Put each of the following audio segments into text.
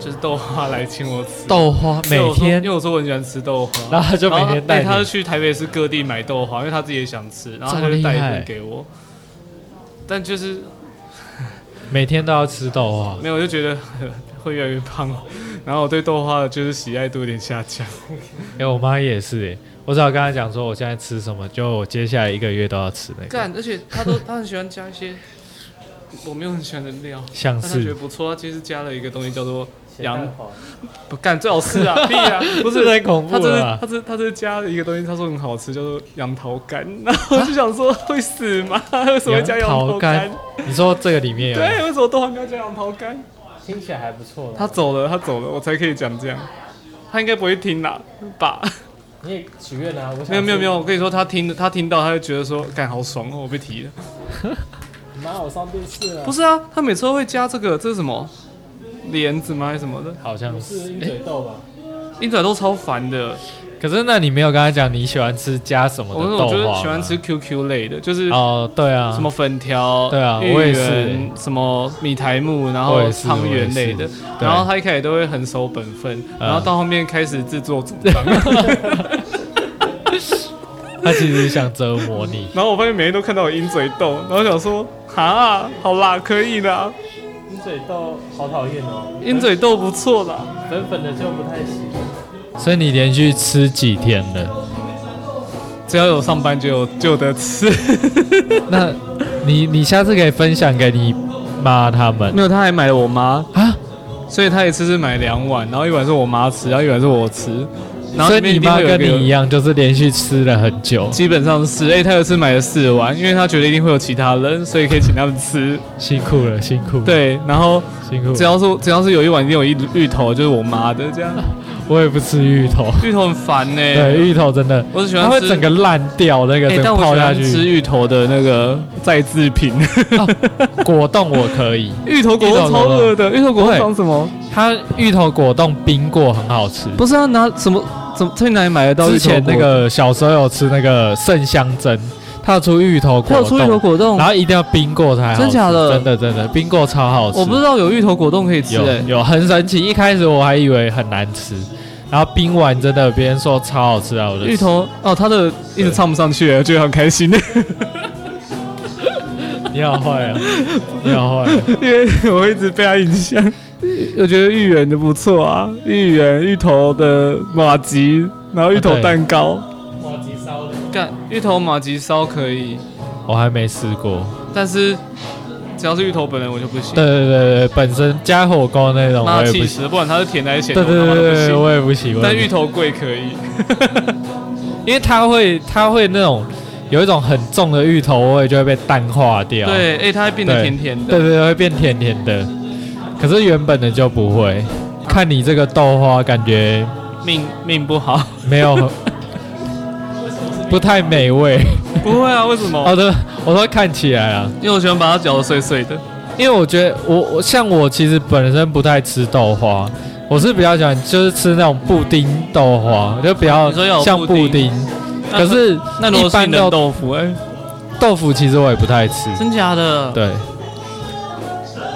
就是豆花来请我吃。豆花每天因为我说因为我说我很喜欢吃豆花， 然后他就每天带然后他你就去台北市各地买豆花，因为他自己也想吃，然后他这么就厉带一害份给我。但就是每天都要吃豆花，没有，我就觉得 会越来越胖，然后我对豆花的就是喜爱度有点下降。哎、我妈也是哎、我只要跟她讲说我现在吃什么，就我接下来一个月都要吃那个，干，而且他都 他很喜欢加一些我没有很喜欢的料，像但他觉得是不错。他其实加了一个东西叫做羊蛋，黄不干最好吃啊，屁 啊，不是这太恐他怖真了的，啦他，真的他真的加了一个东西，他说很好吃，叫做杨桃干。然后我就想说，会死吗？为什么会加啊杨桃干哎杨？你说这个里面有对，为什么豆花要加杨桃干？听起来还不错啦。他走了，他走了，我才可以讲这样。他应该不会听啦，吧？你也许愿啊，我想没有没有吃没有，我跟你说，他听他听到，他就觉得说，干好爽哦，我被提了。妈，我上电视了。不是啊，他每次都会加这个，这是什么莲子吗？还是什么的？好像是是鹰、哎嘴豆吧？听起来都超烦的。可是那你没有跟她讲你喜欢吃加什么我的说豆我花就是吗喜欢吃 QQ 类的，就是哦，对啊，什么粉条，对啊芋圆我也是什么米苔木，然我后也是汤圆类我也的是，对然后他一开始都会很守本分，然后到后面开始自作主 张，，他其实想折磨你 然后我发现每天都看到我鹰嘴豆，然后想说，哈，好啦，可以啦，鹰嘴豆好讨厌哦，鹰嘴豆不错啦，粉粉的就不太行。所以你连续吃几天了？只要有上班就有就得 吃，那你你下次可以分享给你妈他们没有他还买了我妈，啊，所以他一次是买两碗，然后一碗是我妈吃，然后一碗是我吃，然后所里面一以你定妈会有一跟个你一样，就是连续吃了很久，基本上是，哎、他有一次买了四碗，因为他觉得一定会有其他人，所以可以请他们吃。辛苦了，辛苦，，对，然后辛苦了。只要是只要是有一碗一定有一芋头，就是我妈的这样。我也不吃芋头，芋头很烦呢、对，芋头真的，哎我只喜它欢会吃整个烂掉，那个哎、整但个我泡喜下欢吃去。芋头的那个再制品，果冻我可以，芋头果冻超恶的，芋头果冻对装什么？它芋头果冻冰过很好吃。不是要拿什么？怎么在哪里买得到芋头之果？前那个小时候有吃那个圣香蒸，它有出芋头他果有出芋头冻，果冻然，后一定要冰过才好吃。哦真假的真的真的，冰过超好吃。我不知道有芋头果冻可以吃、有哎，有很神奇，一开始我还以为很难吃，然后冰完真的别人说超好吃啊，我就吃芋头哦，他的一直唱不上去、哎我觉得很开心。你好 坏啊，你好坏啊，因为我一直被他影响。我觉得芋圆的不错啊，芋圆、芋头的马吉，然后芋啊头蛋糕、花鸡烧的，干芋头马吉烧可以，我还没试过。但是只要是芋头本人我就不行。对对对对，本身加火锅那种妈我也不气行。死，不管它是甜的还是咸的，对对我他对妈都对不对，行。我也不行。但芋头，头贵可以，因为它会它会那种有一种很重的芋头味就会被淡化掉。对，哎、它会变得对甜甜的。对对对，会变甜甜的。可是原本的就不会。看你这个豆花，感觉命命不好，没 有不太美味。不会啊？为什么？好的，我说看起来啊，因为我喜欢把它搅得碎碎的。因为我觉得我我像我其实本身不太吃豆花，我是比较喜欢就是吃那种布丁豆花，就比较你说要有像布布丁丁。可是那如果一是般冷豆豆腐，哎、豆腐其实我也不太吃。真假的？对，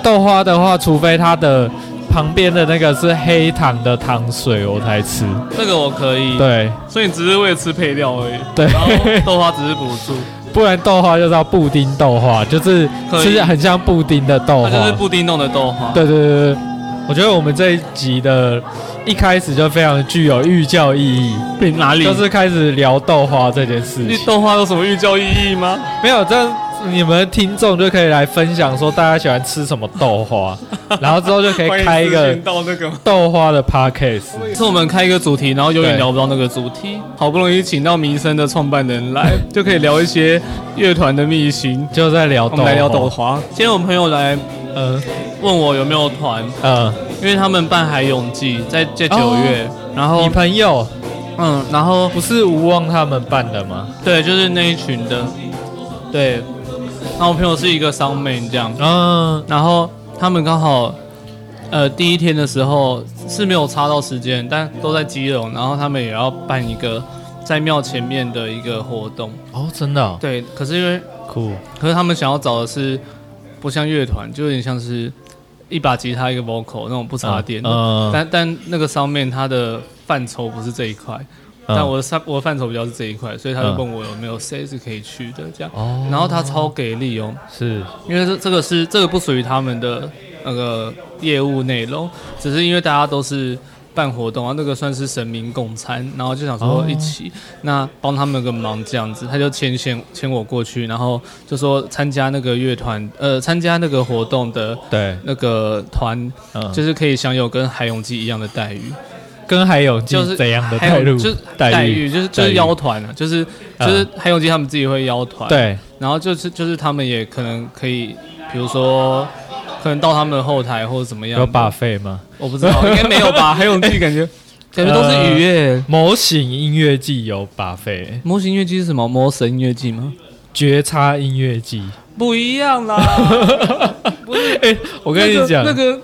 豆花的话，除非它的旁边的那个是黑糖的糖水，我才吃。这个我可以。，对所以你只是为了吃配料而已。然对，后豆花只是补助， 不然豆花就是要布丁豆花，就是可以吃很像布丁的豆它花。就是布丁弄的豆花。对对对对，我觉得我们这一集的一开始就非常具有寓教意义，对，哪里？就是开始聊豆花这件事嗯绿情。豆花有什么寓教意义吗？没有这样。你们听众就可以来分享说大家喜欢吃什么 豆花，然后之后就可以开一个到那个。豆花的 podcast。是我们开一个主题，然后永远对聊不到那个主题。好不容易请到民生的创办人 来，就可以聊一些乐团的秘辛。就在聊我豆，们来聊豆，花。今天我朋友来嗯问我有没有团，嗯，因为他们办海泳季在在九月，然你后朋友嗯，然后不是吴旺他们办的吗？对，就是那一群的，对。然后我朋友是一个商妹这样，嗯，然后他们刚好，呃，第一天的时候是没有插到时间，但都在基隆，然后他们也要办一个在庙前面的一个活动。哦，真的哦，对，可是因为，酷，可是他们想要找的是不像乐团，就有点像是一把吉他一个 vocal 那种不插电的，嗯嗯但但那个上面它的范畴不是这一块，但我的范我的范畴比较是这一块，所以他就嗯问我有没有谁是可以去的这样，哦然后他超给力哦，是因为这这个是这个不属于他们的那个业务内容，只是因为大家都是办活动啊，那个算是神明共餐，然后就想说哦一起、那帮他们个忙这样子，他就牵线牵我过去，然后就说参加那个乐团呃参加那个活动的对，那个团，嗯，就就是可以享有跟海永记一样的待遇，跟海永记就是怎嗯样的海态永度？就是待待遇遇就是就待是遇嗯邀团啊，就是就是海永记他们自己会邀团，。对，然后就是就是他们也可能可以，比如说可能到他们的后台或者怎么样有，把费吗？我不知 道，应该没有吧？还有自己感觉，呃感觉都是愉悦。模型音乐季有把费，模型音乐季是什么？魔神音乐季吗？觉察音乐季。 不一样啦，哎， 我我跟你讲，那个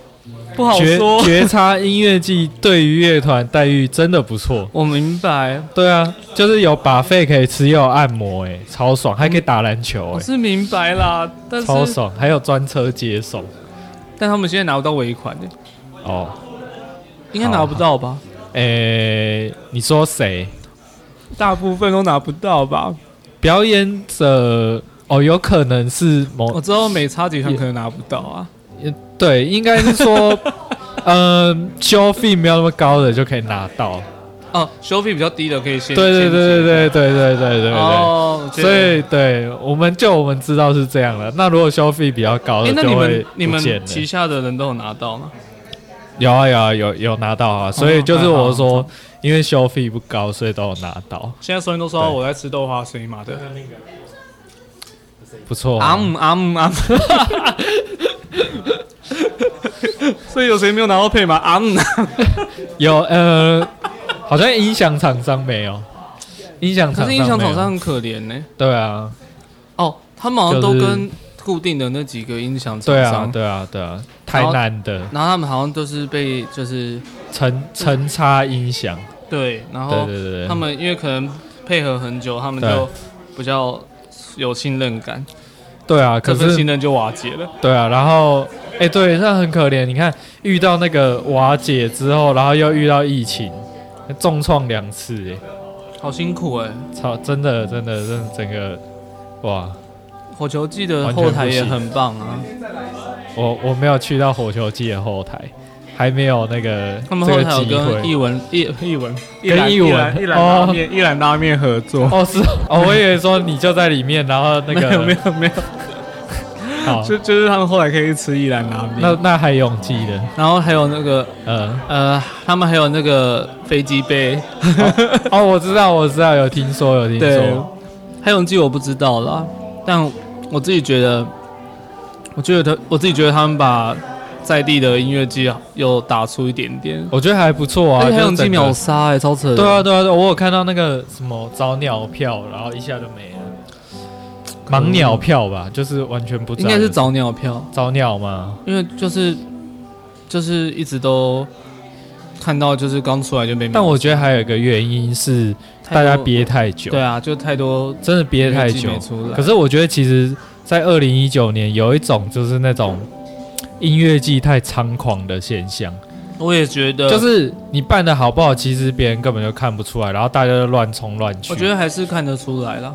不好觉说。觉察音乐季对于乐团待遇真的不错。我明白，对啊，就是有把费可以吃，又有按摩、哎，超爽，还可以打篮球、我哎、哦是明白啦，但超是爽，还有专车接送。但他们现在拿不到尾款的，哦，应该拿不到吧？哎、你说谁？大部分都拿不到吧？表演者哦，有可能是某我知道美差集团可能拿不到啊，对，应该 是说，嗯，收费没有那么高的就可以拿到。哦，收费比较低的可以先对先对对对对对对对对对。哦，我觉得所以，对我们就我们知道是这样了。那如果收费比较高哎、的，那就你会们不你见了们旗下的人都有拿到吗？有啊有啊有有拿到哦啊，所以就是我还说，因为收费不高，所以都有拿到，现在所有人都说哦我在吃豆花水嘛的。不错啊啊。姆啊姆啊姆， 所以有谁没有拿到配吗？啊姆，有呃， 好像音响厂商没有，音响厂可 是商没音有响厂商很可怜呢、对啊哦，他们好像都就是跟固定的那几个音响厂对啊商，对啊对啊，台南的然后他们好像都是被就是陈陈差音响，对，然对后对对他对，们因为可能配合很久，他们对就比较有信任感，对啊，这可份信是任就瓦解了。对啊，然后哎对，那很可怜，你看遇到那个瓦解之后，然后又遇到疫情，重创两次哎。好辛苦哎、超真的真的真的整个，哇！火球季的完全后台不也行很棒啊，我我没有去到火球季的后台，还没有那个他们这后个台有机跟会。译文译译 文跟译文哦面一兰拉面合作，哦，是哦，我以为说你就在里面，然后那 没个有没有没有，好，就就是他们后来可以吃一兰拉那面，那还勇气的，然后还有那个嗯，呃，他们还有那个飞机杯，哦，我知道我知道，有听说有听对说，，还有季我不知道啦，但我自己觉得，我觉得他我自己觉得他们把在地的音乐季又打出一点点，我觉得还不错啊，而且还就有是整季个秒杀哎，超扯的，对啊对啊，对啊我有看到那个什么早鸟票，然后一下就没了，盲鸟票吧，就是完全不在应该是早鸟票。早鸟嘛，因为就是就是一直都看到，就是刚出来就被骂，但我觉得还有一个原因是大嗯家太多憋太久，对啊，就太多真的憋太预计久没。出来，可是我觉得，其实，在二零一九年有一种就是那种音乐季太猖狂的现象，我也觉得就就是。是你办的好不好，其实别人根本就看不出来，然后大家就乱冲乱去。我觉得还是看得出来啦，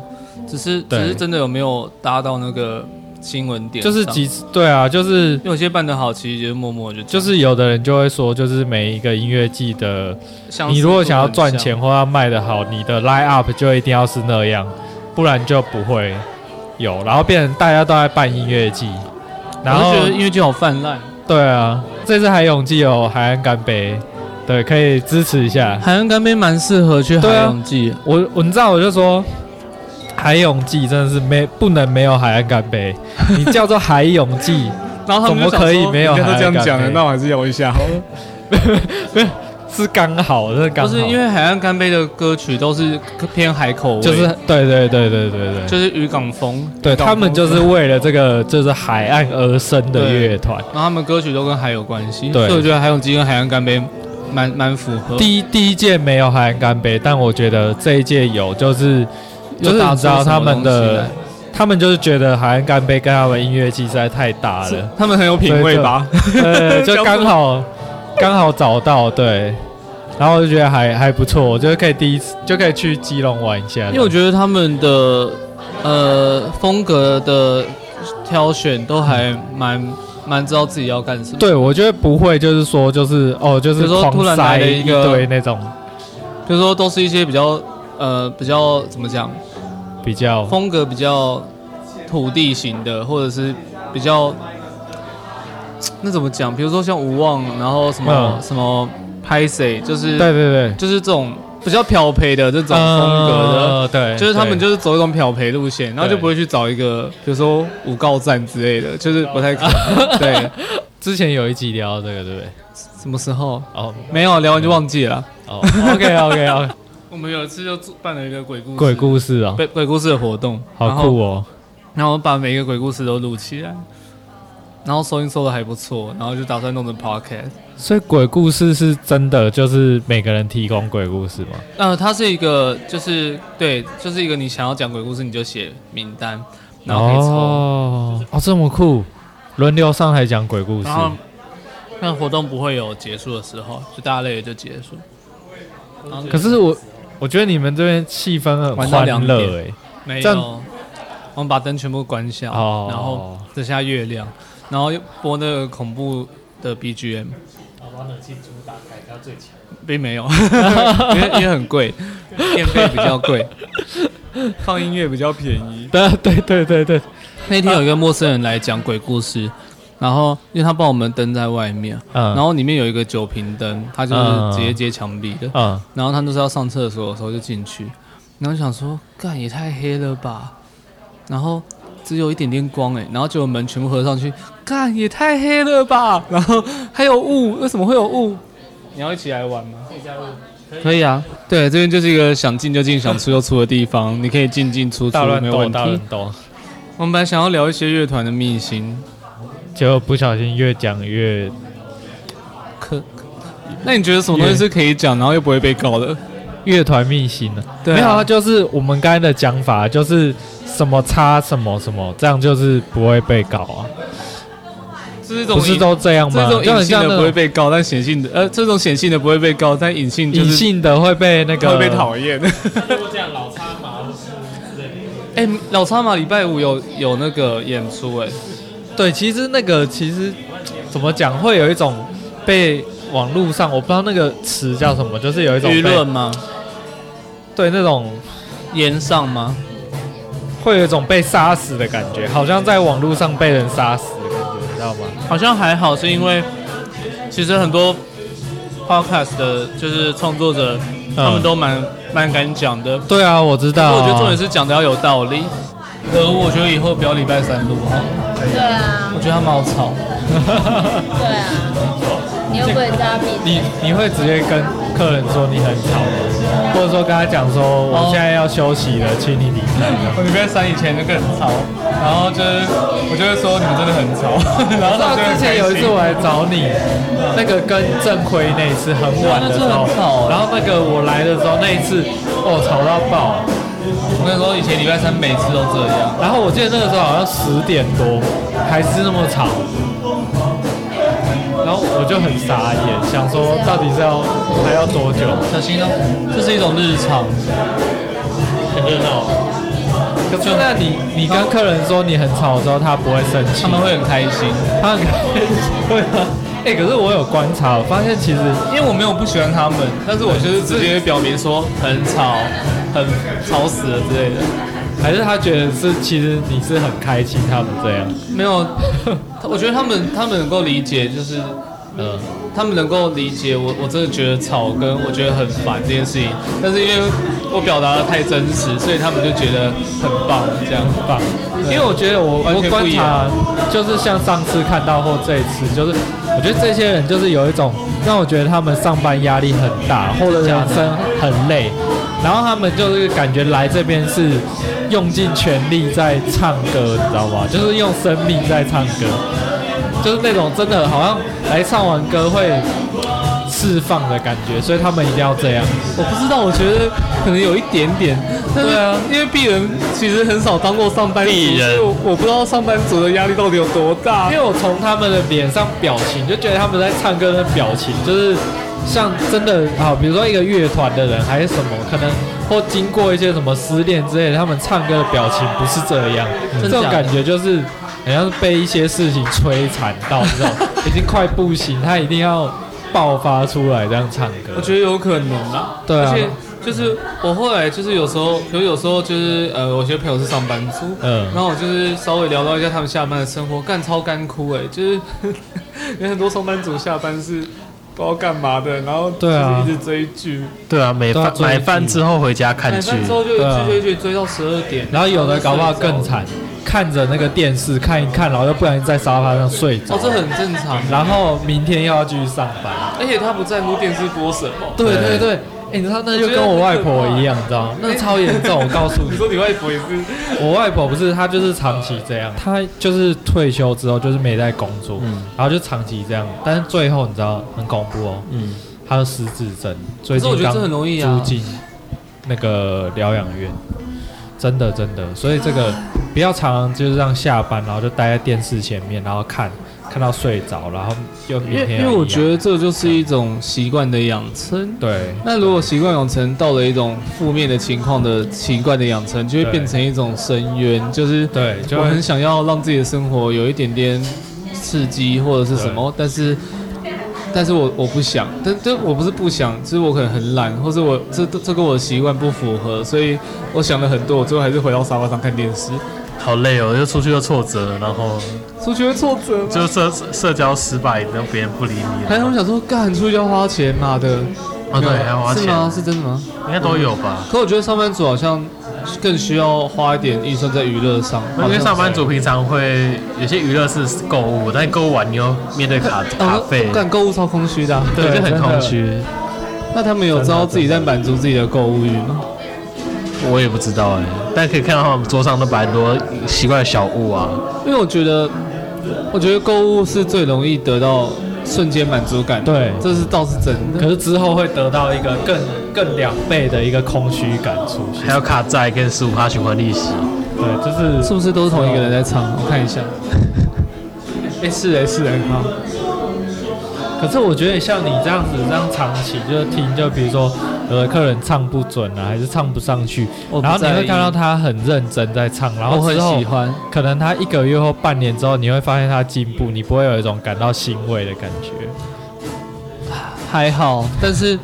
只是只对是真的有没有搭到那个新闻点就上，是几次对啊，就是有些办得好，其实就默默就就是有的人就会说，就是每一个音乐季的，你如果想要赚钱，或要卖得好，你的 line up 就一定要是那样，不然就不会有，然后变成大家都在办音乐季，然然后后觉得音乐剧好泛滥，对啊，这次海泳季有海岸干杯，对，可以支持一下。海岸干杯蛮适合去对海啊洋季，我我你知道我就说，海泳季真的是没不能没有海岸干 杯，你叫做海泳季，然后他们就想说怎么可以没有不海要岸干杯我还是欸摇一下好了。是刚好，是刚不好，是因为海岸干杯的歌曲都是偏海口味，就是对对对对对对，就是渔港风，对渔港风他们就是为了这个就是海岸而生的乐团。然后他们歌曲都跟海有关系，对所以我觉得海永基跟海洋干杯蛮蛮符合。第一第一届没有海岸干杯，但我觉得这一届有，就是就又是打你出知道什么他们东西的来他们就是觉得海岸干杯跟他们音乐季实在太搭了，他们很有品味吧？ 呃，就刚好刚好找到对，然后我就觉得还还不错，我觉得可以第一次就可以去基隆玩一下，因为我觉得他们的呃风格的挑选都还蛮蛮知道自己要干什么。对我觉得不会就是说就是哦就比是如说突狂然塞来了一个堆那种比如说都是一些比较呃比较怎么讲，比较风格比较土地型的，或者是比较那怎么讲？比如说像无望，然后什么、嗯什么拍谁，就是对对对就是这种比较漂培的这种嗯风格的。呃对，就是他们对就是走一种漂培路线，然后就不会去找一个，比如说五告站之类的，就是不太可能。对，之前有一集聊到这个对不对？什么时候哦没有啊聊完就忘记了。 哦，OK OK OK，我们有一次就做办了一个鬼故事 鬼故事哦，鬼鬼故事的活动，然好后酷哦，然后把每一个鬼故事都录起来，然后收音收的还不错，然后就打算弄成 podcast。所以鬼故事是真的，就是每个人提供鬼故事吗？呃，它是一个就是对，就是一个你想要讲鬼故事你就写名单，然后可以抽，哦哦，这么酷，轮流上台讲鬼故事然，后那活动不会有结束的时候，就大家累了就结束。然后可是我我觉得你们这边气氛很玩到欢两乐欸哎，没这样有，我们把灯全部关小，哦然后只剩下月亮，然后又播那个恐怖的 BGM，然后把冷气主打开，到最强。并没有，因为也很 贵，电费比较贵，放音乐比较便宜。对 对对对对，那天有一个陌生人来讲鬼故事，然后因为他帮我们灯在外面，嗯，然后里面有一个酒瓶灯，他就是直接接墙壁的，嗯，然后他就是要上厕所的时候就进去，然后想说干也太黑了吧，然后只有一点点光哎、然后结果门全部合上去，干也太黑了吧，然后还有雾，为什么会有雾？你要一起来玩吗？可以啊，对，这边就是一个想进就进、想出就出的地方，你可以进进出出大，乱没有斗问大乱题。斗，我们本来想要聊一些乐团的秘辛，结果不小心越讲越可，那你觉得什么东西是可以讲，然后又不会被告的？乐团秘辛了。对啊没有啊，就是我们刚才的讲法，就是什么差什么什么，这样就是不会被搞啊，这是一种不是都这样吗？这种就隐很性的像那不会种被告，但显性的呃，这种显性的不会被告，但隐性就隐是性的会被那个会被讨厌。如果这样老插麻或是之类的，哎、老差马礼拜五有有那个演出哎、对，其实那个其实怎么讲，会有一种被网络上我不知道那个词叫什么，就是有一种被舆论吗？对那种延上吗？会有一种被杀死的感觉，好像在网络上被人杀死的感觉，你知道吗？好像还好，是因为其实很多 podcast 的就是创作者，他们都蛮蛮敢讲的。对啊，我知但道、我觉得重点是讲的要有道理。可我觉得以后不要礼拜三录哈，对啊我，觉得他们好吵。对啊，你又不能叫他闭 你嘴。你会直接跟客人说你很吵吗，或者说跟他讲说哦我现在要休息了，请你离开。我礼拜三以前就更吵，然后就是我就会说你们真的很吵， 然后然他后们就会之前有一次我来找你，那个跟郑辉那一次很晚的时那次很候欸吵，然后那个我来的时候那一次，哦吵到爆。我跟你说以前礼拜三每次都这样，然后我记得那个时候好像十点多，还是那么吵。然后我就很傻眼，想说到底是要还要多久？小心哦，这是一种日常，很热闹。可是那你你跟客人说你很吵的时候，他不会生气他？们会很开心，他很开心。 对啊。哎、可是我有观察，我发现其实因为我没有不喜欢他们，但是我就是直接表明说很吵，很吵死了之类的。还是他觉得是，其实你是很开心他们这样。没有， 我觉得他们他们能够理解，就是呃嗯，他们能够理解我，我真的觉得吵跟我觉得很烦这件事情，但是因为我表达的太真实，所以他们就觉得很棒这样。棒。因为我觉得我完我全不观一察样，就是像上次看到或这一次，就是我觉得这些人就是有一种让我觉得他们上班压力很大，或者人生很累，然后他们就是感觉来这边是用尽全力在唱歌，你知道吗？就是用生命在唱歌，就是那种真的好像来唱完歌会。释放的感觉，所以他们一定要这样。我不知道，我觉得可能有一点点，但是对啊因为鄙人其实很少当过上班族，鄙所人以我我不知道上班族的压力到底有多大 因。为我从他们的脸上表情就觉得他们在唱歌的表情，就是像真的啊，比如说一个乐团的人还是什么，可能或经过一些什么失恋之类的，他们唱歌的表情不是这样，这嗯真种假的感觉就是好像是被一些事情摧残到这种已经快不行，他一定要爆发出来这样唱歌。我觉得有可能啊，对啊而且就是我后来就是有时候，有有时候就是呃，我有些朋友是上班族，嗯然后我就是稍微聊到一下他们下班的生活，干超干枯哎、就是 有很多上班族下班是不知道干嘛的，然后对啊就是一直追剧，对啊，买对啊饭追买剧饭之后回家看买剧，哎饭之后就一对啊直追剧追到十二点，然后有的搞不好睡着更惨，看着那个电视看一看，然后又不小心在沙发上睡着哦，，这很正常。然后明天又要继续上班。而且他不在乎电视播什么。对对对对，哎、你知道那就跟我外婆一样，你知道吗？那超严重，我告诉你你，说你外婆也是，我外婆不是她就是长期这样，她就是退休之后就是没在工作，嗯然后就长期这样，但是最后你知道很恐怖哦，嗯，她有失智症，最可是我觉得近刚这很容易啊住进那个疗养院，真的真的，所以这个啊不要常常就是让下班然后就待在电视前面，然后看看到睡着，然后又明因为天因为我觉得得这就是一种习惯的养成。对，那如果习惯养成到了一种负面的情况的习惯的养成，就会对变成一种深渊，就是对就我会很想要让自己的生活有一点点刺激或者是什么，但是但是我我不想，但但我不是不想，就是我可能很懒，或者我这这这跟我的习惯不符合，所以我想了很多，我最后还是回到沙发上看电视，好累哦，就出去又挫折，然后出去会挫折吗？就社社交失败，让别人不理你，还有我想说，干出去要花钱，妈的！哦对，还要花是钱，吗？是真的吗？应该都有吧？可我觉得上班族好像更需要花一点预算在娱乐上，因为上班族族平常会有些娱乐是购物，但购物完你又面对 卡卡费，哦干购物超空虚的啊、对，就很空虚。那他们有知道自己在满足自己的购物欲吗？我也不知道哎，但可以看到他们桌上都摆很多奇怪的小物啊，因为我觉得，我觉得购物是最容易得到瞬间满足感的，对这是倒是真的可。是之后会得到一个更更两倍的一个空虚感出现。还有卡债跟十五趴循环利息。对，就是啊是不是都是同一个人在唱？啊我看一 下。哎、是哎、是哎、好。可是我觉得像你这样子，这样长期就听，就比如说有的客人唱不准啊，还是唱不上去，我不然后你在会意看到他很认真在唱，然后我很之后喜欢，可能他一个月或半年之后，你会发现他进步，你不会有一种感到欣慰的感觉。还好，但是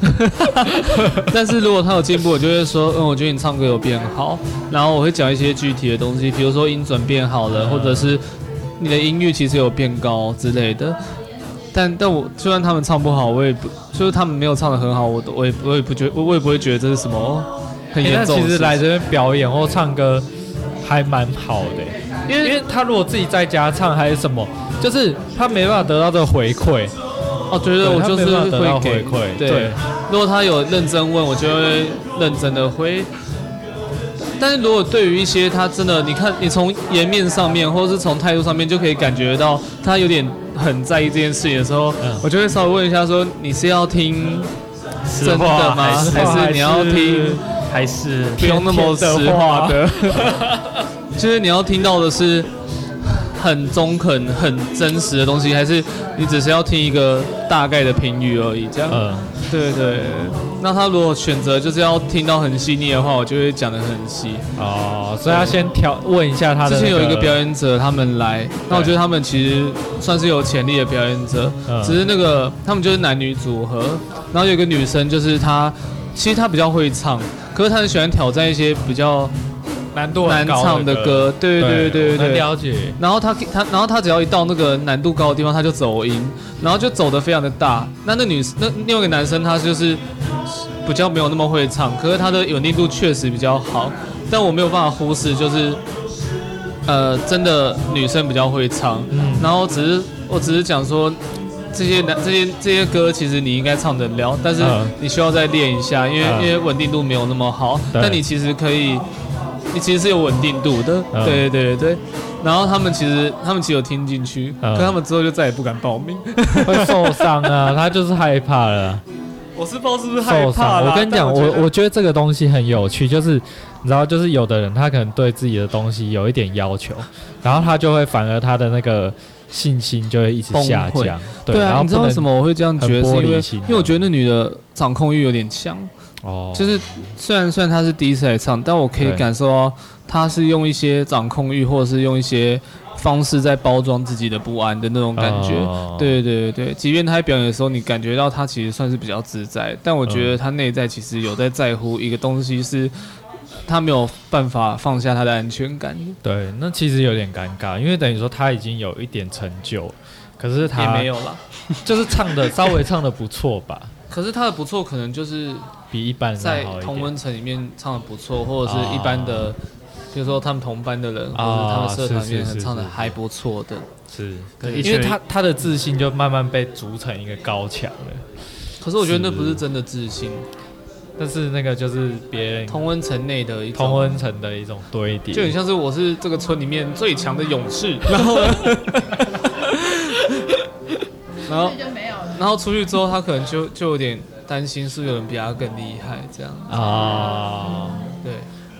但是如果他有进步，我就会说，嗯，我觉得你唱歌有变好，然后我会讲一些具体的东西，比如说音准变好嗯了，或者是你的音域其实有变高之类的。但但我就算他们唱不好，我也不就是他们没有唱的很好，我都我也我也不觉我我也不会觉得这是什么很欸严那重其的事实情。来这边表演或唱歌还蛮好的欸、因为因为他如果自己在家唱还是什么，就是他没办法得到这个回馈。哦，觉得对我他就是没办法得会到给回馈对，对如果他有认真问，我就会认真的回。但是如果对于一些他真的，你看你从颜面上面，或者是从态度上面，就可以感觉到他有点很在意这件事情的时候，嗯我就会稍微问一下说你是要听真话的吗？还是还是你要听还是不用那么实话的？ 就是你要听到的是很中肯、很真实的东西，还是你只是要听一个大概的评语而已？这样，嗯，啊对对。那他如果选择就是要听到很细腻的话，我就会讲得很细。哦，所以要先调问一下他的、之那前有一个表演者，他们来，那我觉得他们其实算是有潜力的表演者，嗯只是那个他们就是男女组合，然后有一个女生就是她，其实她比较会唱，可是她很喜欢挑战一些比较难度难很高唱的歌，对对对我能对对。了解。然后他他，然后他只要一到那个难度高的地方，他就走音，然后就走的非常的大。那那女那另外一个男生他就是比较没有那么会唱，可是他的稳定度确实比较好。但我没有办法忽视，就是呃，真的女生比较会唱。嗯然后只是我只是讲说，这些男这些这些歌其实你应该唱得了，但是嗯你需要再练一下，因为、嗯因为稳定度没有那么好。对但你其实可以。其实是有稳定度的，嗯对对对对。然后他们其实他们其实有听进去，嗯可他们之后就再也不敢报名。会受伤啊， 他就是害怕了，我是不知道是不是害受怕伤。啦我跟你但讲，觉我得我觉得这个东西很有趣，就是你知道，就是有的人他可能对自己的东西有一点要求，然后他就会反而他的那个信心就会一直下崩溃降。对然啊，后你知道不为能什么我会这样觉得？很玻是璃因为心啊因为我觉得那女的掌控欲有点强，哦，就是虽然虽然她是第一次来唱，但我可以对感受到她是用一些掌控欲，或者是用一些方式在包装自己的不安的那种感觉。哦对对对对，即便她在表演的时候，你感觉到她其实算是比较自在，但我觉得她内在其实有在在乎一个东西是。她没有办法放下她的安全感，对，那其实有点尴尬，因为等于说他已经有一点成就，可是也他没有啦。就是唱的稍微唱的不错吧，可是她的不错，可能就是比一般人在好一同点。温层里面唱的不错，或者是一般的，比如说他们同班的人，或者啊是他们是社团里面是是人是唱的还不错的。是，对一群因为人他他的自信就慢慢被筑成一个高墙了，可是我觉得那不是真的自信，但是那个就是别人同温层内的一种同温层的一种堆叠，就很像是我是这个村里面最强的勇士， 然后，然后这就没有了。然后出去之后，他可能就就有点担心是不是有人比他更厉害这样，啊。对，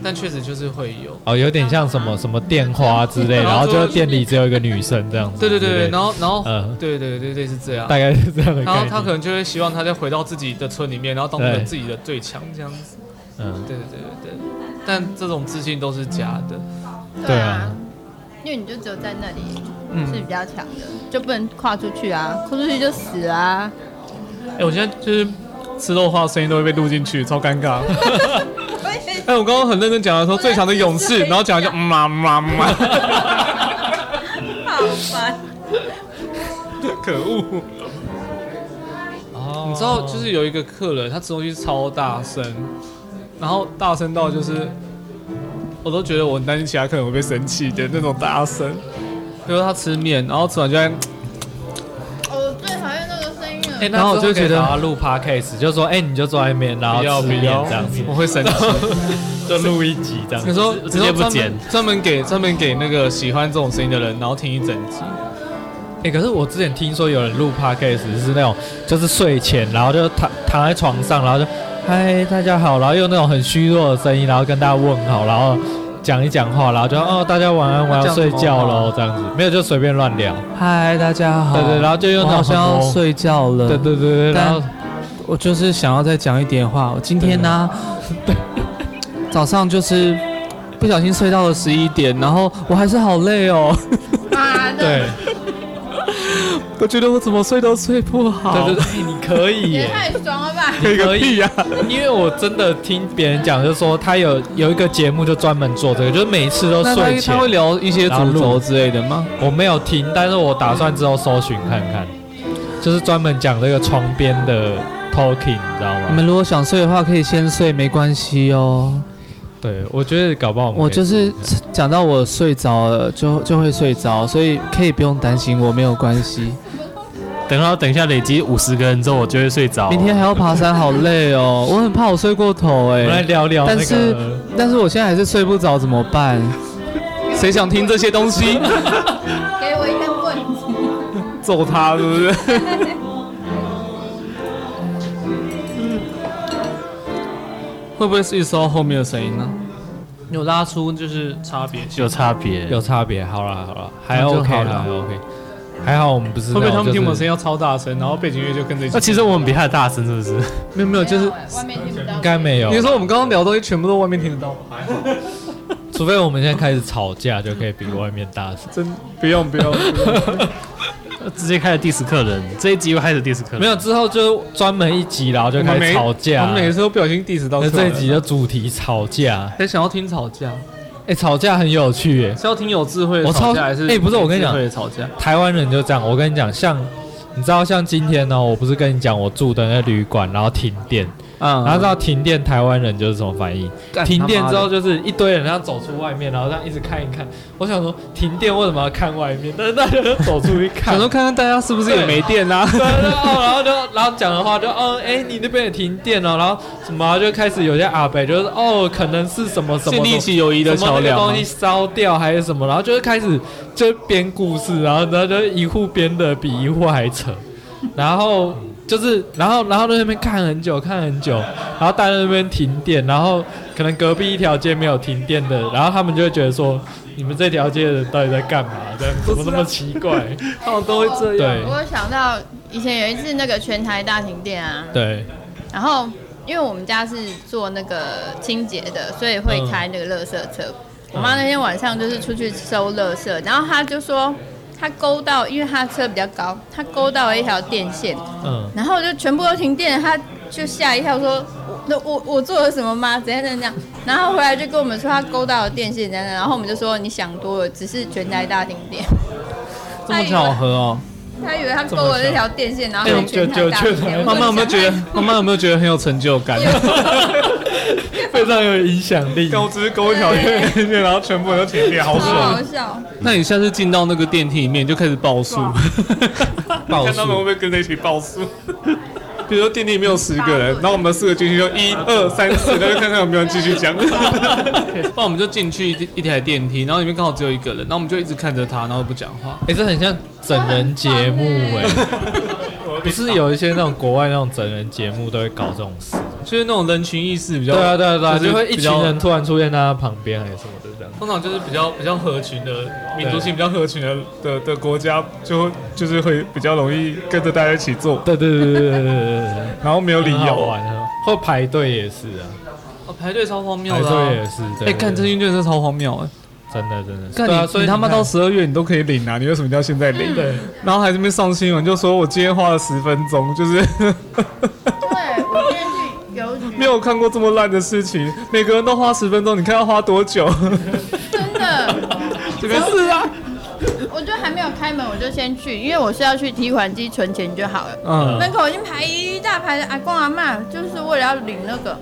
但确实就是会有。哦，有点像什么什么电花之 类，然然后后就就店里只有一个女生这样子。对对对对，呃然后后然后嗯对对对对是这样，大概是这样的然概后念。他可能就会希望他再回到自己的村里面，然后当成对自己的最强这样子。嗯，对对对对对。但这种自信都是假的。对啊，因为你就只有在那里是比嗯，较强的，就不能跨出去啊，跨出去就死啊。哎、我现在就是吃肉话，声音都会被录进去，超尴 尬。我也是哎、我刚刚很认真讲的时候，最强的嗯啊勇士，然后讲一下妈妈妈，好烦。可恶！哦你知道，就是有一个客人，他吃东西超大声，然后大声到就是，我都觉得我很担心其他客人会被生气的那种大声。比如说他吃面，然后吃完就在我最讨厌那个声音了。哎，然后我就觉得他录 podcast，就说哎，你就坐在那边，然后不要吃不面要这 样子，，我会生气。就录一集这样子。你说直接不剪，你说专门专门给专门给那个喜欢这种声音的人，然后听一整 集。哎，可是我之前听说有人录 podcast 是那种，就是睡前，然后就躺躺在床上，然后就嗨大家好，然后用那种很虚弱的声音，然后跟大家问好，然后讲一讲话，然后就哦大家晚安，我那要这样睡子觉好吗喽这样子，没有就随便乱聊。 嗨，大家好对对，然后就用那我种好像要很模睡觉了。对对对对，但然后我就是想要再讲一点话。我今天呢、 早上就是不小心睡到了十一点，然后我还是好累哦。妈的，对我觉得我怎么睡都睡不好。对对对，你可以也耶，太爽了吧！你可个屁以呀、因为我真的听别人讲，就是说他有有一个节目就专门做这个，就是每一次都那他睡他前。会聊一些然后主录轴之类的吗？我没有听，但是我打算之后搜寻看看，就是专门讲这个床边的 talking，你知道你吗？们如果想睡的话，可以先睡，没关系哦。对，我觉得搞不好们我可以就是讲到我睡着了，就就会睡着，所以可以不用担心我，没有关系。等到等一下累积五十个人之后，我就会睡着。明天还要爬山，好累 哦，我很怕我睡过头哎、我们来聊聊那但是个。但是我现在还是睡不着，怎么办？谁想听这些东西？给我一根棍子。揍他是不是？会不会是一收到后面的声音呢？有拉出就是差别性，有差别，有差别，好啦好啦，还那就 OK 好啦，啦还 OK，还好我们不是那会不种会他们听我就们是声音要超大声，然后背景音乐就跟着一起？那其实我们比他的大声，是不是？没有没有，就是哎外面听不到。应该没有你，说我们刚刚聊的东西全部都外面听得到吗？除非我们现在开始吵架，就可以比外面大声。真不用不用， 直接开始 diss 客人，这一集又开始 diss 客人。没有之后就专门一集，然后就我开们始每吵架。我们每次都不小心 diss 到那客这人一集的主题吵架，很想要听吵架，哎、吵架很有趣耶。是要听有智慧我的超吵架还是？哎不是我跟你讲没智慧的吵架，台湾人就这样，我哦跟你讲，像你知道，像今天呢、我不是跟你讲我住的那旅馆，然后停电，嗯然后到停电，台湾人就是什么反应？干停他电妈之后的就是一堆人，然后走出外面，然后这样一直看一看。我想说，停电为什么要看外面？但是大家都走出去看想，说看看大家是不是也没电啦、 对，然后然后就然后讲的话就哦，哎、你那边也停电哦了，然后什么、就开始有些阿北就是哦，可能是什么什么建立起友谊的什么桥那个梁吗啊东西烧掉还是什么，然后就是开始就编故事，然后然后就一户编的比一户还扯，然后就是然后然后在那边看很久看很久，然后大家在那边停电，然后可能隔壁一条街没有停电的，然后他们就会觉得说你们这条街的人到底在干嘛？这样怎么那么奇怪？ 他们都会这样。对我有想到以前有一次那个全台大停电啊，对，然后因为我们家是做那个清洁的，所以会开那个垃圾车。我妈那天晚上就是出去收垃圾，然后她就说她勾到，因为她车比较高，她勾到了一条电线，嗯。然后就全部都停电，她就吓一跳说：“我那我我做了什么吗？怎样怎样怎样？”然后回来就跟我们说她勾到了电线，怎样怎样。然后我们就说：“你想多了，只是全台大停电。”这么巧合哦！她以为她勾了那条电线，然后哎全台大就就停电。就妈妈有没有觉 得？妈妈有没有觉得很有成就感？ 非常有影响 力。我只是勾一条电 线，然后全部人都停电，好好 好。笑。那你下次进到那个电梯里面，你就开始报数， 爆看他们会不速，会跟着一起报数？ 比如说电梯里面有十个人，然后我们四个进去就一二三四， 然后就看看有没有人继续 讲。那我们就进去一一台电梯，然后里面刚好只有一个人，然后我们就一直看着他，然后不讲话。哎、这很像整人节目哎、不是有一些那种国外那种整人节目都会搞这种事？就是那种人群意识比较，对啊，对啊，对啊，就是就会一比群较人突然出现在他旁边还是什么的这样。通常就是比较比较合群的民族性比较合群的的的国家，就就是会比较容易跟着大家一起做， 对对对对对对对对，然后没有理很好由。玩啊，或排队也是啊，哦排队超荒谬排的、队也是。哎，看这真运券真的超荒谬哎！真的真的是，看对啊，你所以你他妈看到十二月你都可以领啊，你为什么一定要现在领？对，然后还这边上新闻，就说我今天花了十分钟，就是 对，我今天去邮局，没有看过这么烂的事情。每个人都花十分钟，你看要花多久？真的，这个是啊，我就还没有开门，我就先去，因为我是要去提款机存钱就好了。嗯，门口已经排一大排的阿公阿妈，就是为了要领那个。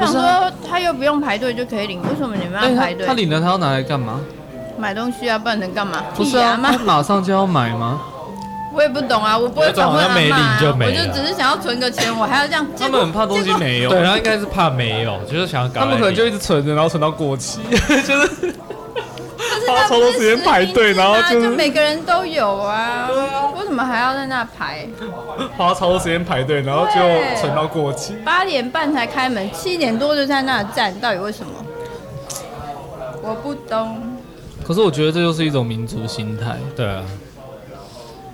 我想啊说他又不用排队就可以领，为什么你们要排哎，队他他？领了，他要拿来干嘛？买东西啊，不然能干嘛？不是屁啊，妈他，马上就要买吗？我也不懂啊，我不会有种反问好像阿没妈领就啊，没我了就只是想要存个钱，我还要这样。他们很怕东西没有，对，然后应该是怕没有，就是想要搞。他们可能就一直存着，然后存到过期， 就是花花超多时间排队然后就啊就是就每个人都有啊，为什么还要在那排？花超多时间排队，然后对就存到过期。八点半才开门，七点多就在那站，到底为什么？我不懂。可是我觉得这就是一种民族心态。对啊，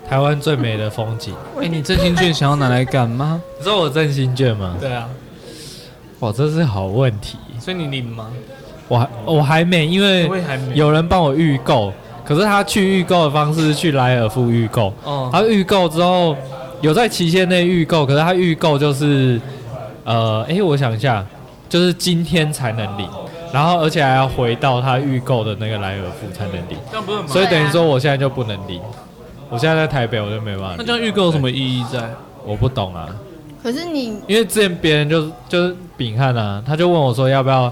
台湾最美的风景。哎、你振兴券想要拿来干嘛？你知道我真心券吗？ 对啊，哇，这是好问题。所以你领吗？我还我还没，因为我也还没有人帮我预购，可是他去预购的方式是去莱尔富预购，哦他预购之后有在期限内预购，可是他预购就是呃，诶，我想一下，就是今天才能领，然后而且还要回到他预购的那个莱尔富才能领，这样不是很所以等于说我现在就不能领，我现在在台北我就没办法领。那这样预购有什么意义在？我不懂啊，可是你因为之前别人就是就是炳汉啊，他就问我说要不要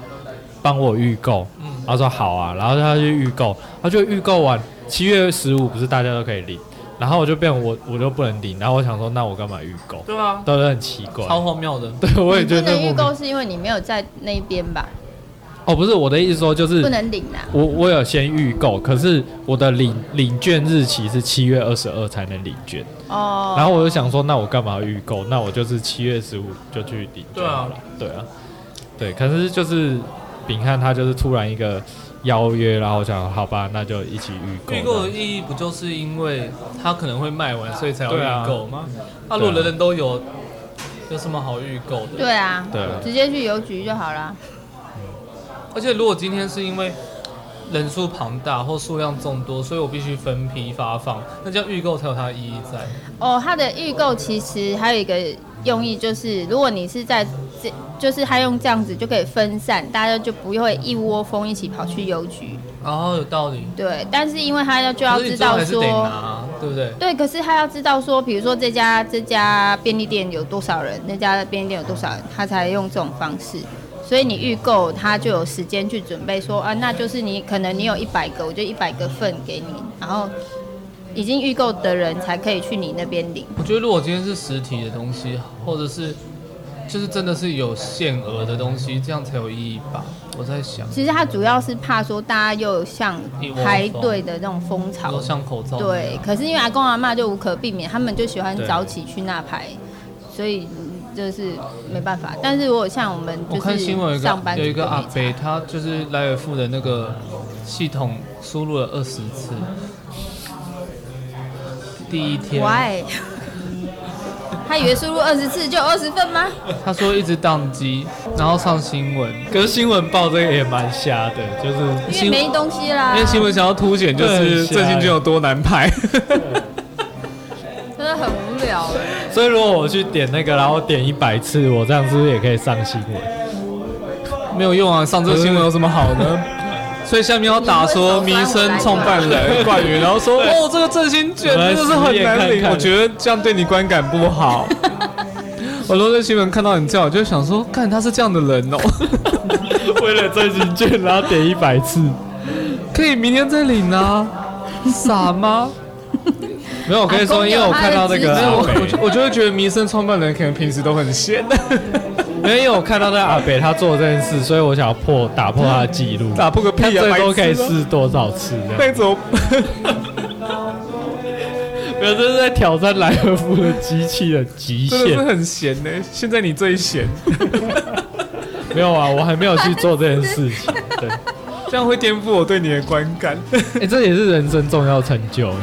帮我预购，嗯他说好啊，然后他就预购，他就预购完七月十五不是大家都可以领，然后我就变我我就不能领，然后我想说那我干嘛预购，对啊，都是很奇怪，超荒谬的。对，我也你不觉得能预莫名购是因为你没有在那边吧？哦，不是我的意思说就是不能领啊。我我有先预购，可是我的领领券日期是七月二十二才能领券，哦。然后我就想说，那我干嘛要预购？那我就是七月十五就去领就对啊好了。对啊，对。可是就是炳汉他就是突然一个邀约，然后我想好吧，那就一起预购。预购的意义不就是因为它可能会卖完，所以才要对啊预购吗？那、如果人人都有，有什么好预购的？对啊，对啊直接去邮局就好了。而且如果今天是因为人数庞大或数量众多，所以我必须分批发放，那这样预购才有它的意义在。哦，它的预购其实还有一个用意，就是如果你是在这，就是它用这样子就可以分散，大家就不会一窝蜂一起跑去邮局。哦，有道理。对，但是因为他要就要可是你知最后道还是得说，拿，对不对？对，可是他要知道说，比如说这家这家便利店有多少人，那家便利店有多少人，他才用这种方式。所以你预购，他就有时间去准备说啊，那就是你可能你有一百个，我就一百个份给你，然后已经预购的人才可以去你那边领。我觉得如果今天是实体的东西，或者是就是真的是有限额的东西，这样才有意义吧？我在想，其实他主要是怕说大家又有像一窝蜂排队的那种风比如潮说，像口罩，对，，可是因为阿公阿妈就无可避免，他们就喜欢对早起去那排，所以嗯就是没办法。但是如果像我们我就看新闻有是一上个班有一个族就阿没伯，他就是莱尔富的那个系统输入了二十次，第一天， why？他以为输入二十次就二十份吗？他说一直宕机，然后上新闻，可是新闻报这个也蛮瞎的，就是因为没东西啦因。为新闻想要凸显就是对最近就有多难拍， 真的很无聊。所以如果我去点那个，然后点一百次，我这样是不是也可以上新闻？没有用啊，上这个新闻有什么好呢？所以下面要打说民生创办人冠宇，然后说哦这个振兴券真的是很难领，我觉得这样对你观感不好。我都在新闻看到你这样，我就想说，看他是这样的人哦，为了振兴券，然后点一百次，可以明天再领啊，傻吗？没哦有，我跟你说，因为我看到那个没没有有，阿我北，我我就会觉得民生创办人可能平时都很 闲，没有因为我看到那个阿北他做这件事，所以我想要破打破他的记录，打破个屁看啊，最白多可以痴啊试多少次这样。那种没有，这是在挑战莱尔夫的机器的极真的是 限。很闲呢、现在你最闲，没有啊，我还没有去做这件事 情。对，这样会颠覆我对你的观感。哎、这也是人生重要成就，哎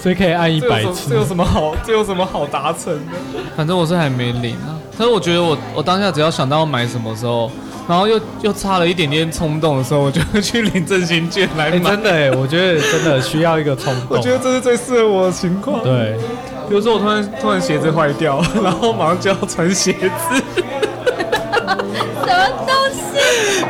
所以可以按一这有百什么这次有。什么好？这有什么好达成的？反正我是还没领啊。可是我觉得我我当下只要想到要买什么时候，然后又又差了一点点冲动的时候，我就会去领振兴券来哎、买。真的哎、我觉得真的需要一个冲动。我觉得这是最适合我的情况。，对，比如说我突然突然鞋子坏掉， 然后马上就要穿鞋子， 什么东西？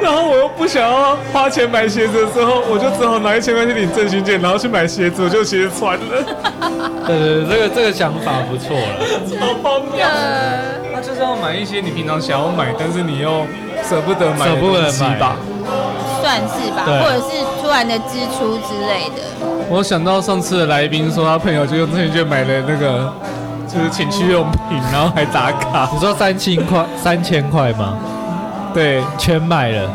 然后我又不想要花钱买鞋子的时候，我就只好拿一千块去领振兴券，然后去买鞋子，我就有鞋子穿了。 对对对，这个这个想法不错了。好荒谬！呃，他就是要买一些你平常想要买，但是你又舍不得买舍的不得东西买吧。算是吧，对或者是突然的支出之类的。我想到上次的来宾说，他朋友就用证券买了那个就是情趣用品，然后还打卡。你说三千块，三千块吗？对，全买了，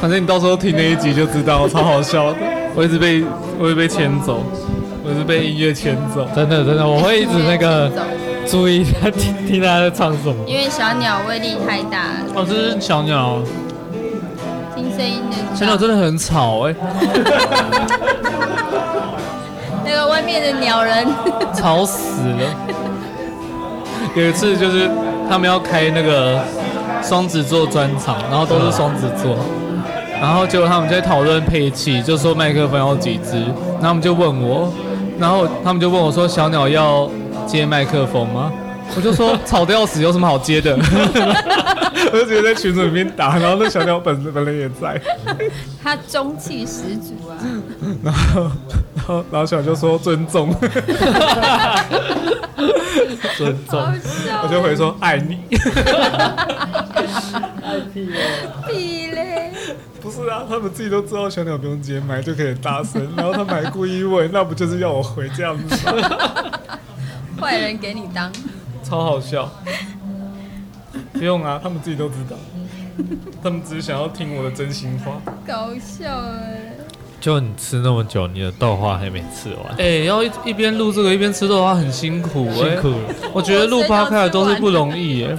反正你到时候听那一集就知道，超好笑的。我一直被我一直被牵走，我一直被音乐牵走。真的真的，我会一直那个走注意他听听他在唱什么。因为小鸟威力太大了，哦，这是小鸟，听声音的。小鸟真的很吵哎、那个外面的鸟人， 吵死 了。有一次就是他们要开那个双子座专场，然后都是双子座，然后结果他们在讨论配器，就说麦克风要几支，然后他们就问我，然后他们就问我说小鸟要接麦克风吗？我就说吵得要死，有什么好接的？我就直接在群组里面打，然后那小鸟本 本人也在。他中气十足啊！然后，然后，然后小就说尊重， 尊重，我就回说爱你。 屁嘞！不是啊，他们自己都知道小鸟不用接麦就可以很大声， 然后他们还故意问，那不就是要我回这样子吗？坏人给你当，超好笑。不用啊，他们自己都知道，他们只是想要听我的真心话。搞笑哎！ 就你吃那么久，你的豆花还没吃完，哎、要一一边录这个一边吃的话很辛苦、哎辛苦。了。我觉得录趴开的都是不容易哎耶、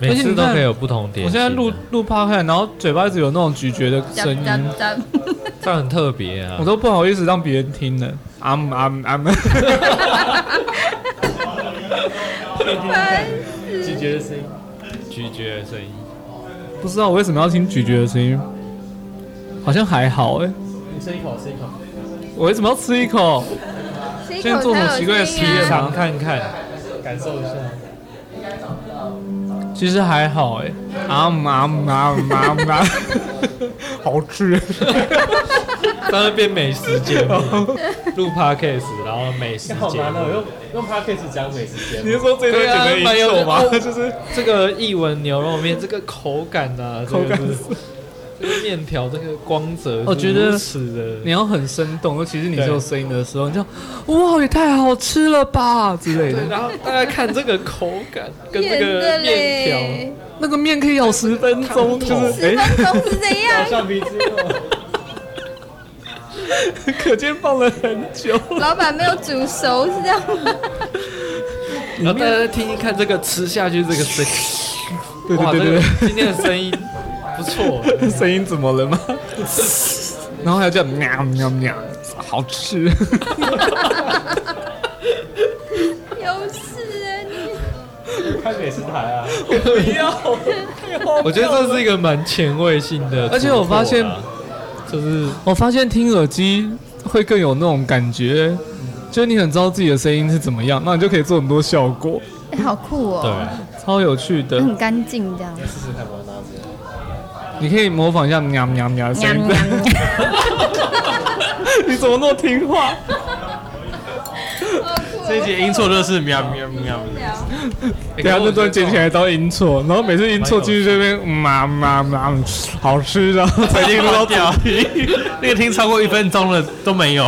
每次都可以有不同点我心现啊。在录录 p o d 然后嘴巴一直有那种咀嚼的声音，哒，这样很特别啊我。都不好意思让别人听了。啊姆啊姆啊姆， 烦咀嚼的声音，咀嚼的声音，不知道我为什么要听咀嚼的声音，好像还好哎、你吃一口，吃一口。我为什么要吃一口？吃一现在口做什才啊么有奇怪的实劲验啊啊！尝看看。感受一下，其实还好哎、啊嘛嘛嘛嘛，好吃。在那边美食节 目，录 podcast，然后美食好节难目哦，。用用 podcast 讲美食节你目，是说这对段啊整个蛮一有首吗？哦就是这个一文牛肉面，这个口感啊，这个口感是这个面条，这个光泽，我觉得吃你的，要很生动，尤其是你对是有声音的时候，你就哇也太好吃了吧之类对，的。然后大家看这个口感跟这骗个的面 条，嘞，那个面可以咬十分钟，就是十分钟是怎样？橡皮筋哦， 可见放了很久。老板没有煮熟是这样吗？然后大家再听听看这个吃下去这个声音，对哇，对对对这个今天的声音不错，对，声音怎么了吗？ 然后还要叫喵喵喵，好吃。有事啊你！看美食台啊，我觉得这是一个蛮前卫性的突破啊啦，而且我发现就是我发现听耳机会更有那种感觉，就是你很知道自己的声音是怎么样，那你就可以做很多效果，哎好酷对哦，超有趣的。很干净这样。你可以模仿一下喵喵喵的声音。你怎么那么听话？这一节音错就是喵喵喵。欸对啊，那段剪起。可是我觉得这种来都音错，然后每次音错进去这边嘛嘛嘛，好吃的，才进入到掉主题。那个听超过一分钟了都没有，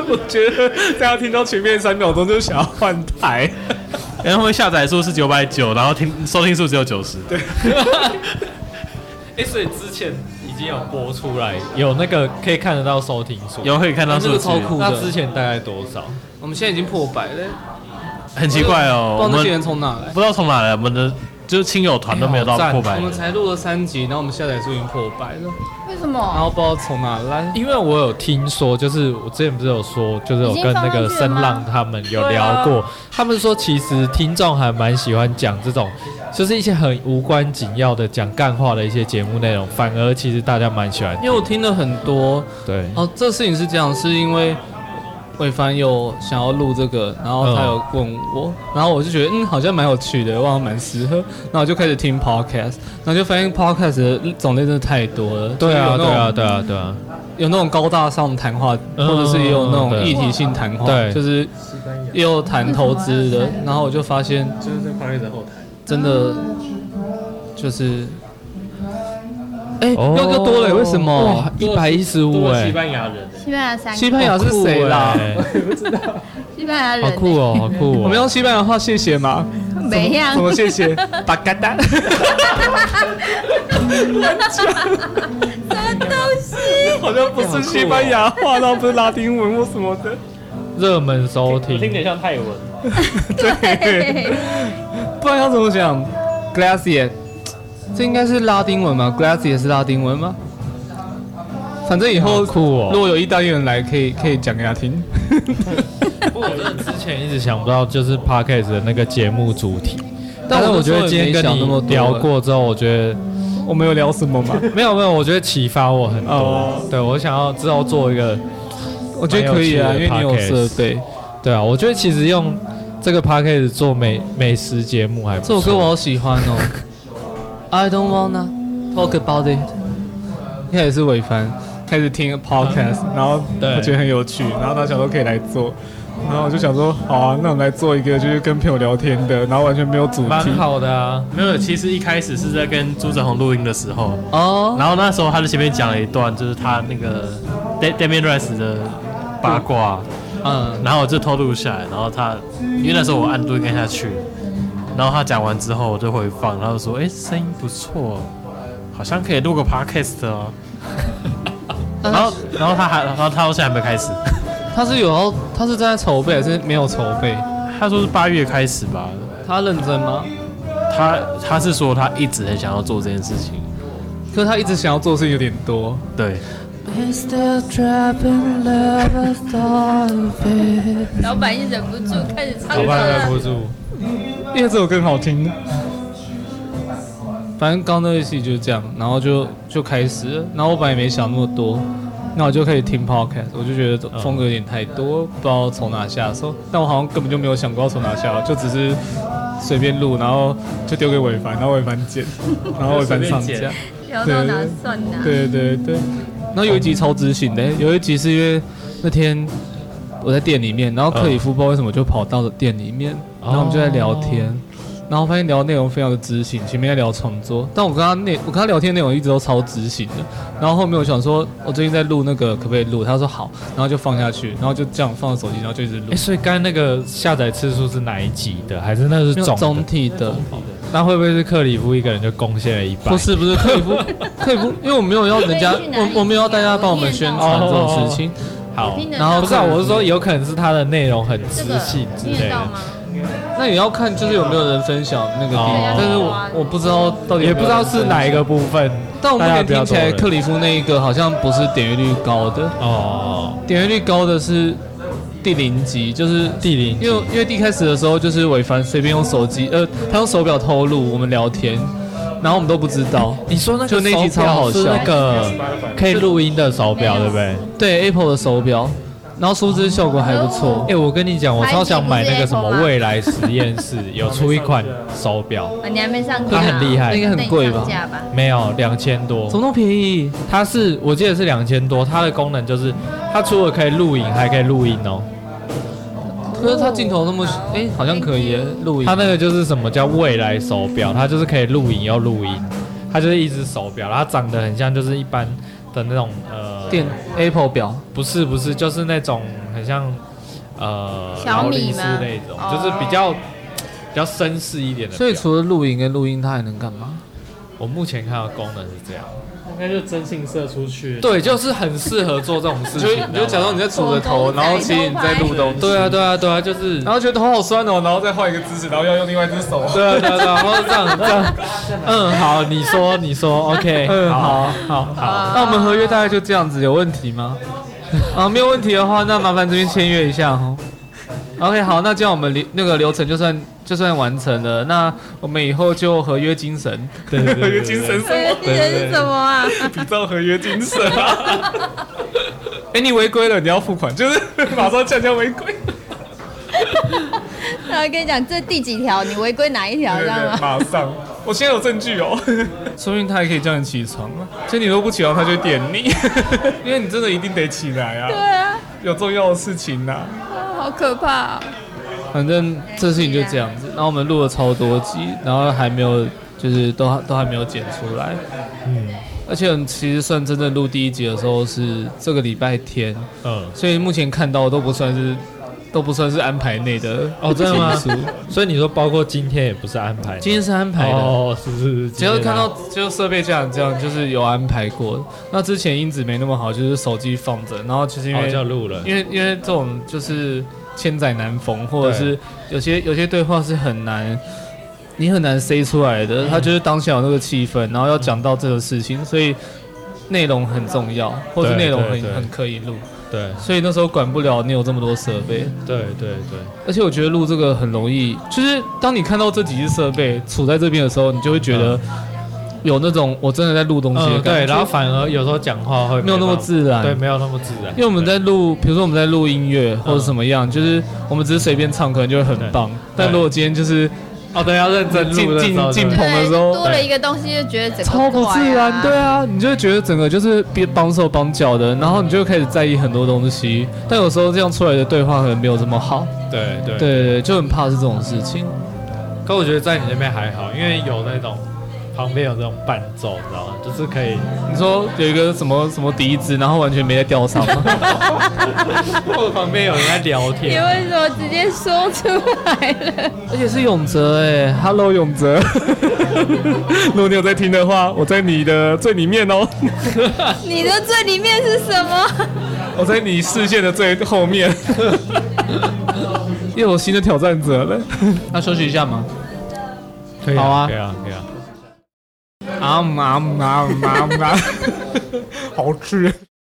我觉得大家听到前面三秒钟就想要换台，然后他们下载数是九百九，然后听收听数只有九十。对，哎、所以之前已经有播出来，有那哎个可以看得到收听数，有可以看到数字，啊那之前大概多少？我们现在已经破百了，很奇怪哦，我不知道那们些人从哪来。不知道从哪来，我们的就是亲友团都没有到哎好赞破百我。们才录了三集，然后我们下载数已经破百了，为什然么？后不知道从哪来。因为我有听说，就是我之前不是有说，就是有跟那个声浪他们有聊过，啊他们说其实听众还蛮喜欢讲这种，就是一些很无关紧要的讲干话的一些节目内容，反而其实大家蛮喜欢因。为我听了很多对，哦，这事情是这样，是因为伟凡有想要录这个，然后他有问我，然后我就觉得嗯，好像蛮有趣的，我好像蛮适合，然后我就开始听 podcast，然后就发现 podcast 的种类真的太多了，对啊，就是有那哦种对啊，对啊，对啊，有那种高大上谈话，嗯或者是也有那种对议题性谈话，对就是也有谈投资的，然后我就发现就是在跨越的后台，真的就是。哎，哦又又多了，为什么哇？115多了哎西班牙人，西班牙三个，西班牙是谁啦？欸西班牙好人酷哦，好酷哦！我们用西班牙话谢谢吗？没样怎么谢谢？巴嘎达，什么东西？好像不是西班牙话，然后不是拉丁文或什么的。热门收听，听起来像泰文，嗯对，不然要怎么讲 g l a c i a 这应该是拉丁文吗 g l a c i a 是拉丁文吗？反正以后好酷哦如果有意大利人来，可以可以讲给他听。不过我真的之前一直想不到，就是 podcast 的那个节目主题。但但是我我那时觉候得今天也没跟想你那么多啊聊过之后，我觉得我们有聊什么吗？没有没有，我觉得启发我很多哦。对我想要之后做一个，我觉得可以啊，因蛮有为趣的你有 podcast 设备。对啊，我觉得其实用这个 podcast 做美美食节目还不这首错。歌我好喜欢哦。I don't wanna talk about it。一开始是伟凡开始听 podcast，然后对我觉得很有趣，然后他想说可以来做，然后我就想说好啊，那我们来做一个就是跟朋友聊天的，然后完全没有主题。蛮好的啊，没有，其实一开始是在跟朱哲宏录音的时候，哦，然后那时候他就前面讲了一段，就是他那个 Da- Damien Rice 的八卦，嗯，然后我就偷录下来，然后他因为那时候我按录音按下去，然后他讲完之后我就回放，然后说，哎，声音不错，好像可以录个 podcast 哦。然后，然后他还，然后他到现在还没开始，他是有要，他是正在筹备还是没有筹备？他说是八月开始吧，他认真吗？他他是说他一直很想要做这件事情，可是他一直想要做的事情有点多。对，老板一忍不住开始唱歌老板忍了不。住。因为这首更好听。反正刚那一期就这样，然后就就开始了，然后我本来也没想那么多，那我就开始听 podcast，我就觉得风格有点太多，不知道从哪下手。但我好像根本就没有想过要从哪下手，就只是随便录，然后就丢给伟凡，然后伟凡剪，然后伟凡上随便架剪。聊到哪算哪。对对对，然后有一集超知性的，有一集是因为那天我在店里面，然后克里夫不知道为什么就跑到了店里面，哦然后我们就在聊天，然后发现聊的内容非常的知性，前面在聊创作，但我跟他内我跟他聊天内容一直都超知性的，然后后面我想说，我最近在录那个可不可以录？他说好，然后就放下去，然后就这样放手机，然后就一直录哎、，所以刚才那个下载次数是哪一集的？还是那是没有总的哦总体的。那会不会是克里夫一个人就贡献了一半不？是不是，克里 夫，克里夫，因为我没有要人家，可以去哪里我我没有要大家帮我们宣传这哦种事情。好，听得然后到不吗是啊，我是说有可能是他的内容很这知个性之听类得到的，吗？那也要看就是有没有人分享那个地哦方，但是我我不知道到底也有没有人不知道是哪一个部分。但我目大家前比较听起多来人克里夫那一个好像不是点阅率高的，哦，点阅率高的是第零集，就是第零集因为因为第一开始的时候就是伟凡随便用手机，呃，他用手表偷录我们聊天，然后我们都不知道。你说那个就那一集手表超好是笑那个可以录音的手表，对不对？对 Apple 的手表，然后数字效果还不错哎、。我跟你讲，我超想买那个什么未来实验室有出一款手表，啊你还没上它架、啊，很厉害那应该很贵吧那你上架吧？没有两千多怎，么那么便宜？它是我记得是两千多，它的功能就是它除了可以录影，还可以录音哦。可是它镜头那么，哎，好像可以耶录影。它那个就是什么叫未来手表，它就是可以录影又录音，它就是一只手表，然后它长得很像就是一般的那种呃电 Apple 表，不是不是，就是那种很像呃小劳米力士吗那种，哦就是比较比较绅士一点的表。所以除了录影跟录音，它还能干嘛？我目前看到的功能是这样，应该就真性射出去。对，就是很适合做这种事情。 知道吗在杵着头然后其实你在录东西对啊对啊对啊，就是然后觉得头好酸哦，然后再换一个姿势，然后要用另外一只手。对啊对啊对啊，然后这样这样，嗯好，你说你说 OK，嗯好好好，那我们合约大概就这样子，有问题吗？啊，没有问题的话，那麻烦这边签约一下哦。OK，好，那这样我们流那个流程就算就算完成了，那我们以后就合约精神。对对对对对对。合约精神是什么啊？比照合约精神啊！哎、你违规了，你要付款，就是马上降价违规。然后跟你讲这第几条，你违规哪一条，知道吗？马上，我现在有证据 哦。说不定他还可以叫你起床啊，就你如果不起床，他就点你，因为你真的一定得起来对啊，啊，有重要的事情啊。啊好可怕、哦。反正这事情就这样子。然后我们录了超多集，然后还没有就是都都还没有剪出来。嗯，而且我们其实算真正录第一集的时候是这个礼拜天，嗯，所以目前看到的都不算是都不算是安排内的哦真的吗集数所以你说包括今天也不是安排的，今天是安排的。哦，是是啊是，只要看到就设备这样这样，就是有安排过。那之前音质没那么好，就是手机放着，然后其实因今天啊为、哦就录了，因为因为这种就是千载难逢，或者是有些有些对话是很难，你很难 say 出来嗯的。它就是当下有那个气氛，然后要讲到这个事情，所以内容很重要，或是对内容嗯对很对很可以录。对所以那时候管不了你有这么多设备，对对对，而且我觉得录这个很容易，就是当你看到这几只设备处在这边的时候，你就会觉得有那种我真的在录东西的嗯感觉，对，然后反而有时候讲话会没有那么办法自然对，没有那么自然，因为我们在录，比如说我们在录音乐或者什么样，就是我们只是随便唱，可能就会很棒。但如果今天就是哦，对，要认真录进的时进候进对棚的时多候。了一个东西，就觉得整个超不自怪然，啊对。啊，你就会觉得整个就是别绑手绑脚的，然后你就会开始在意很多东西。但有时候这样出来的对话可能没有这么好，对对对对对，就很怕是这种事情。可我觉得在你那边还好，因为有那种旁边有那种伴奏，你知道吗？就是可以，你说有一个什么什么笛子，然后完全没在调上吗？ 或者旁边有人在聊你天，为什么直接说出来了？而且是永泽哎、h e l l o 永 泽，如果你有在听的话，我在你的最里面哦，你的最里面是什么？我在你视线的最后 面，又有新的挑战者了。那休息一下吗？可以好啊可以啊，可以啊。 啊嘛嘛嘛嘛，好吃。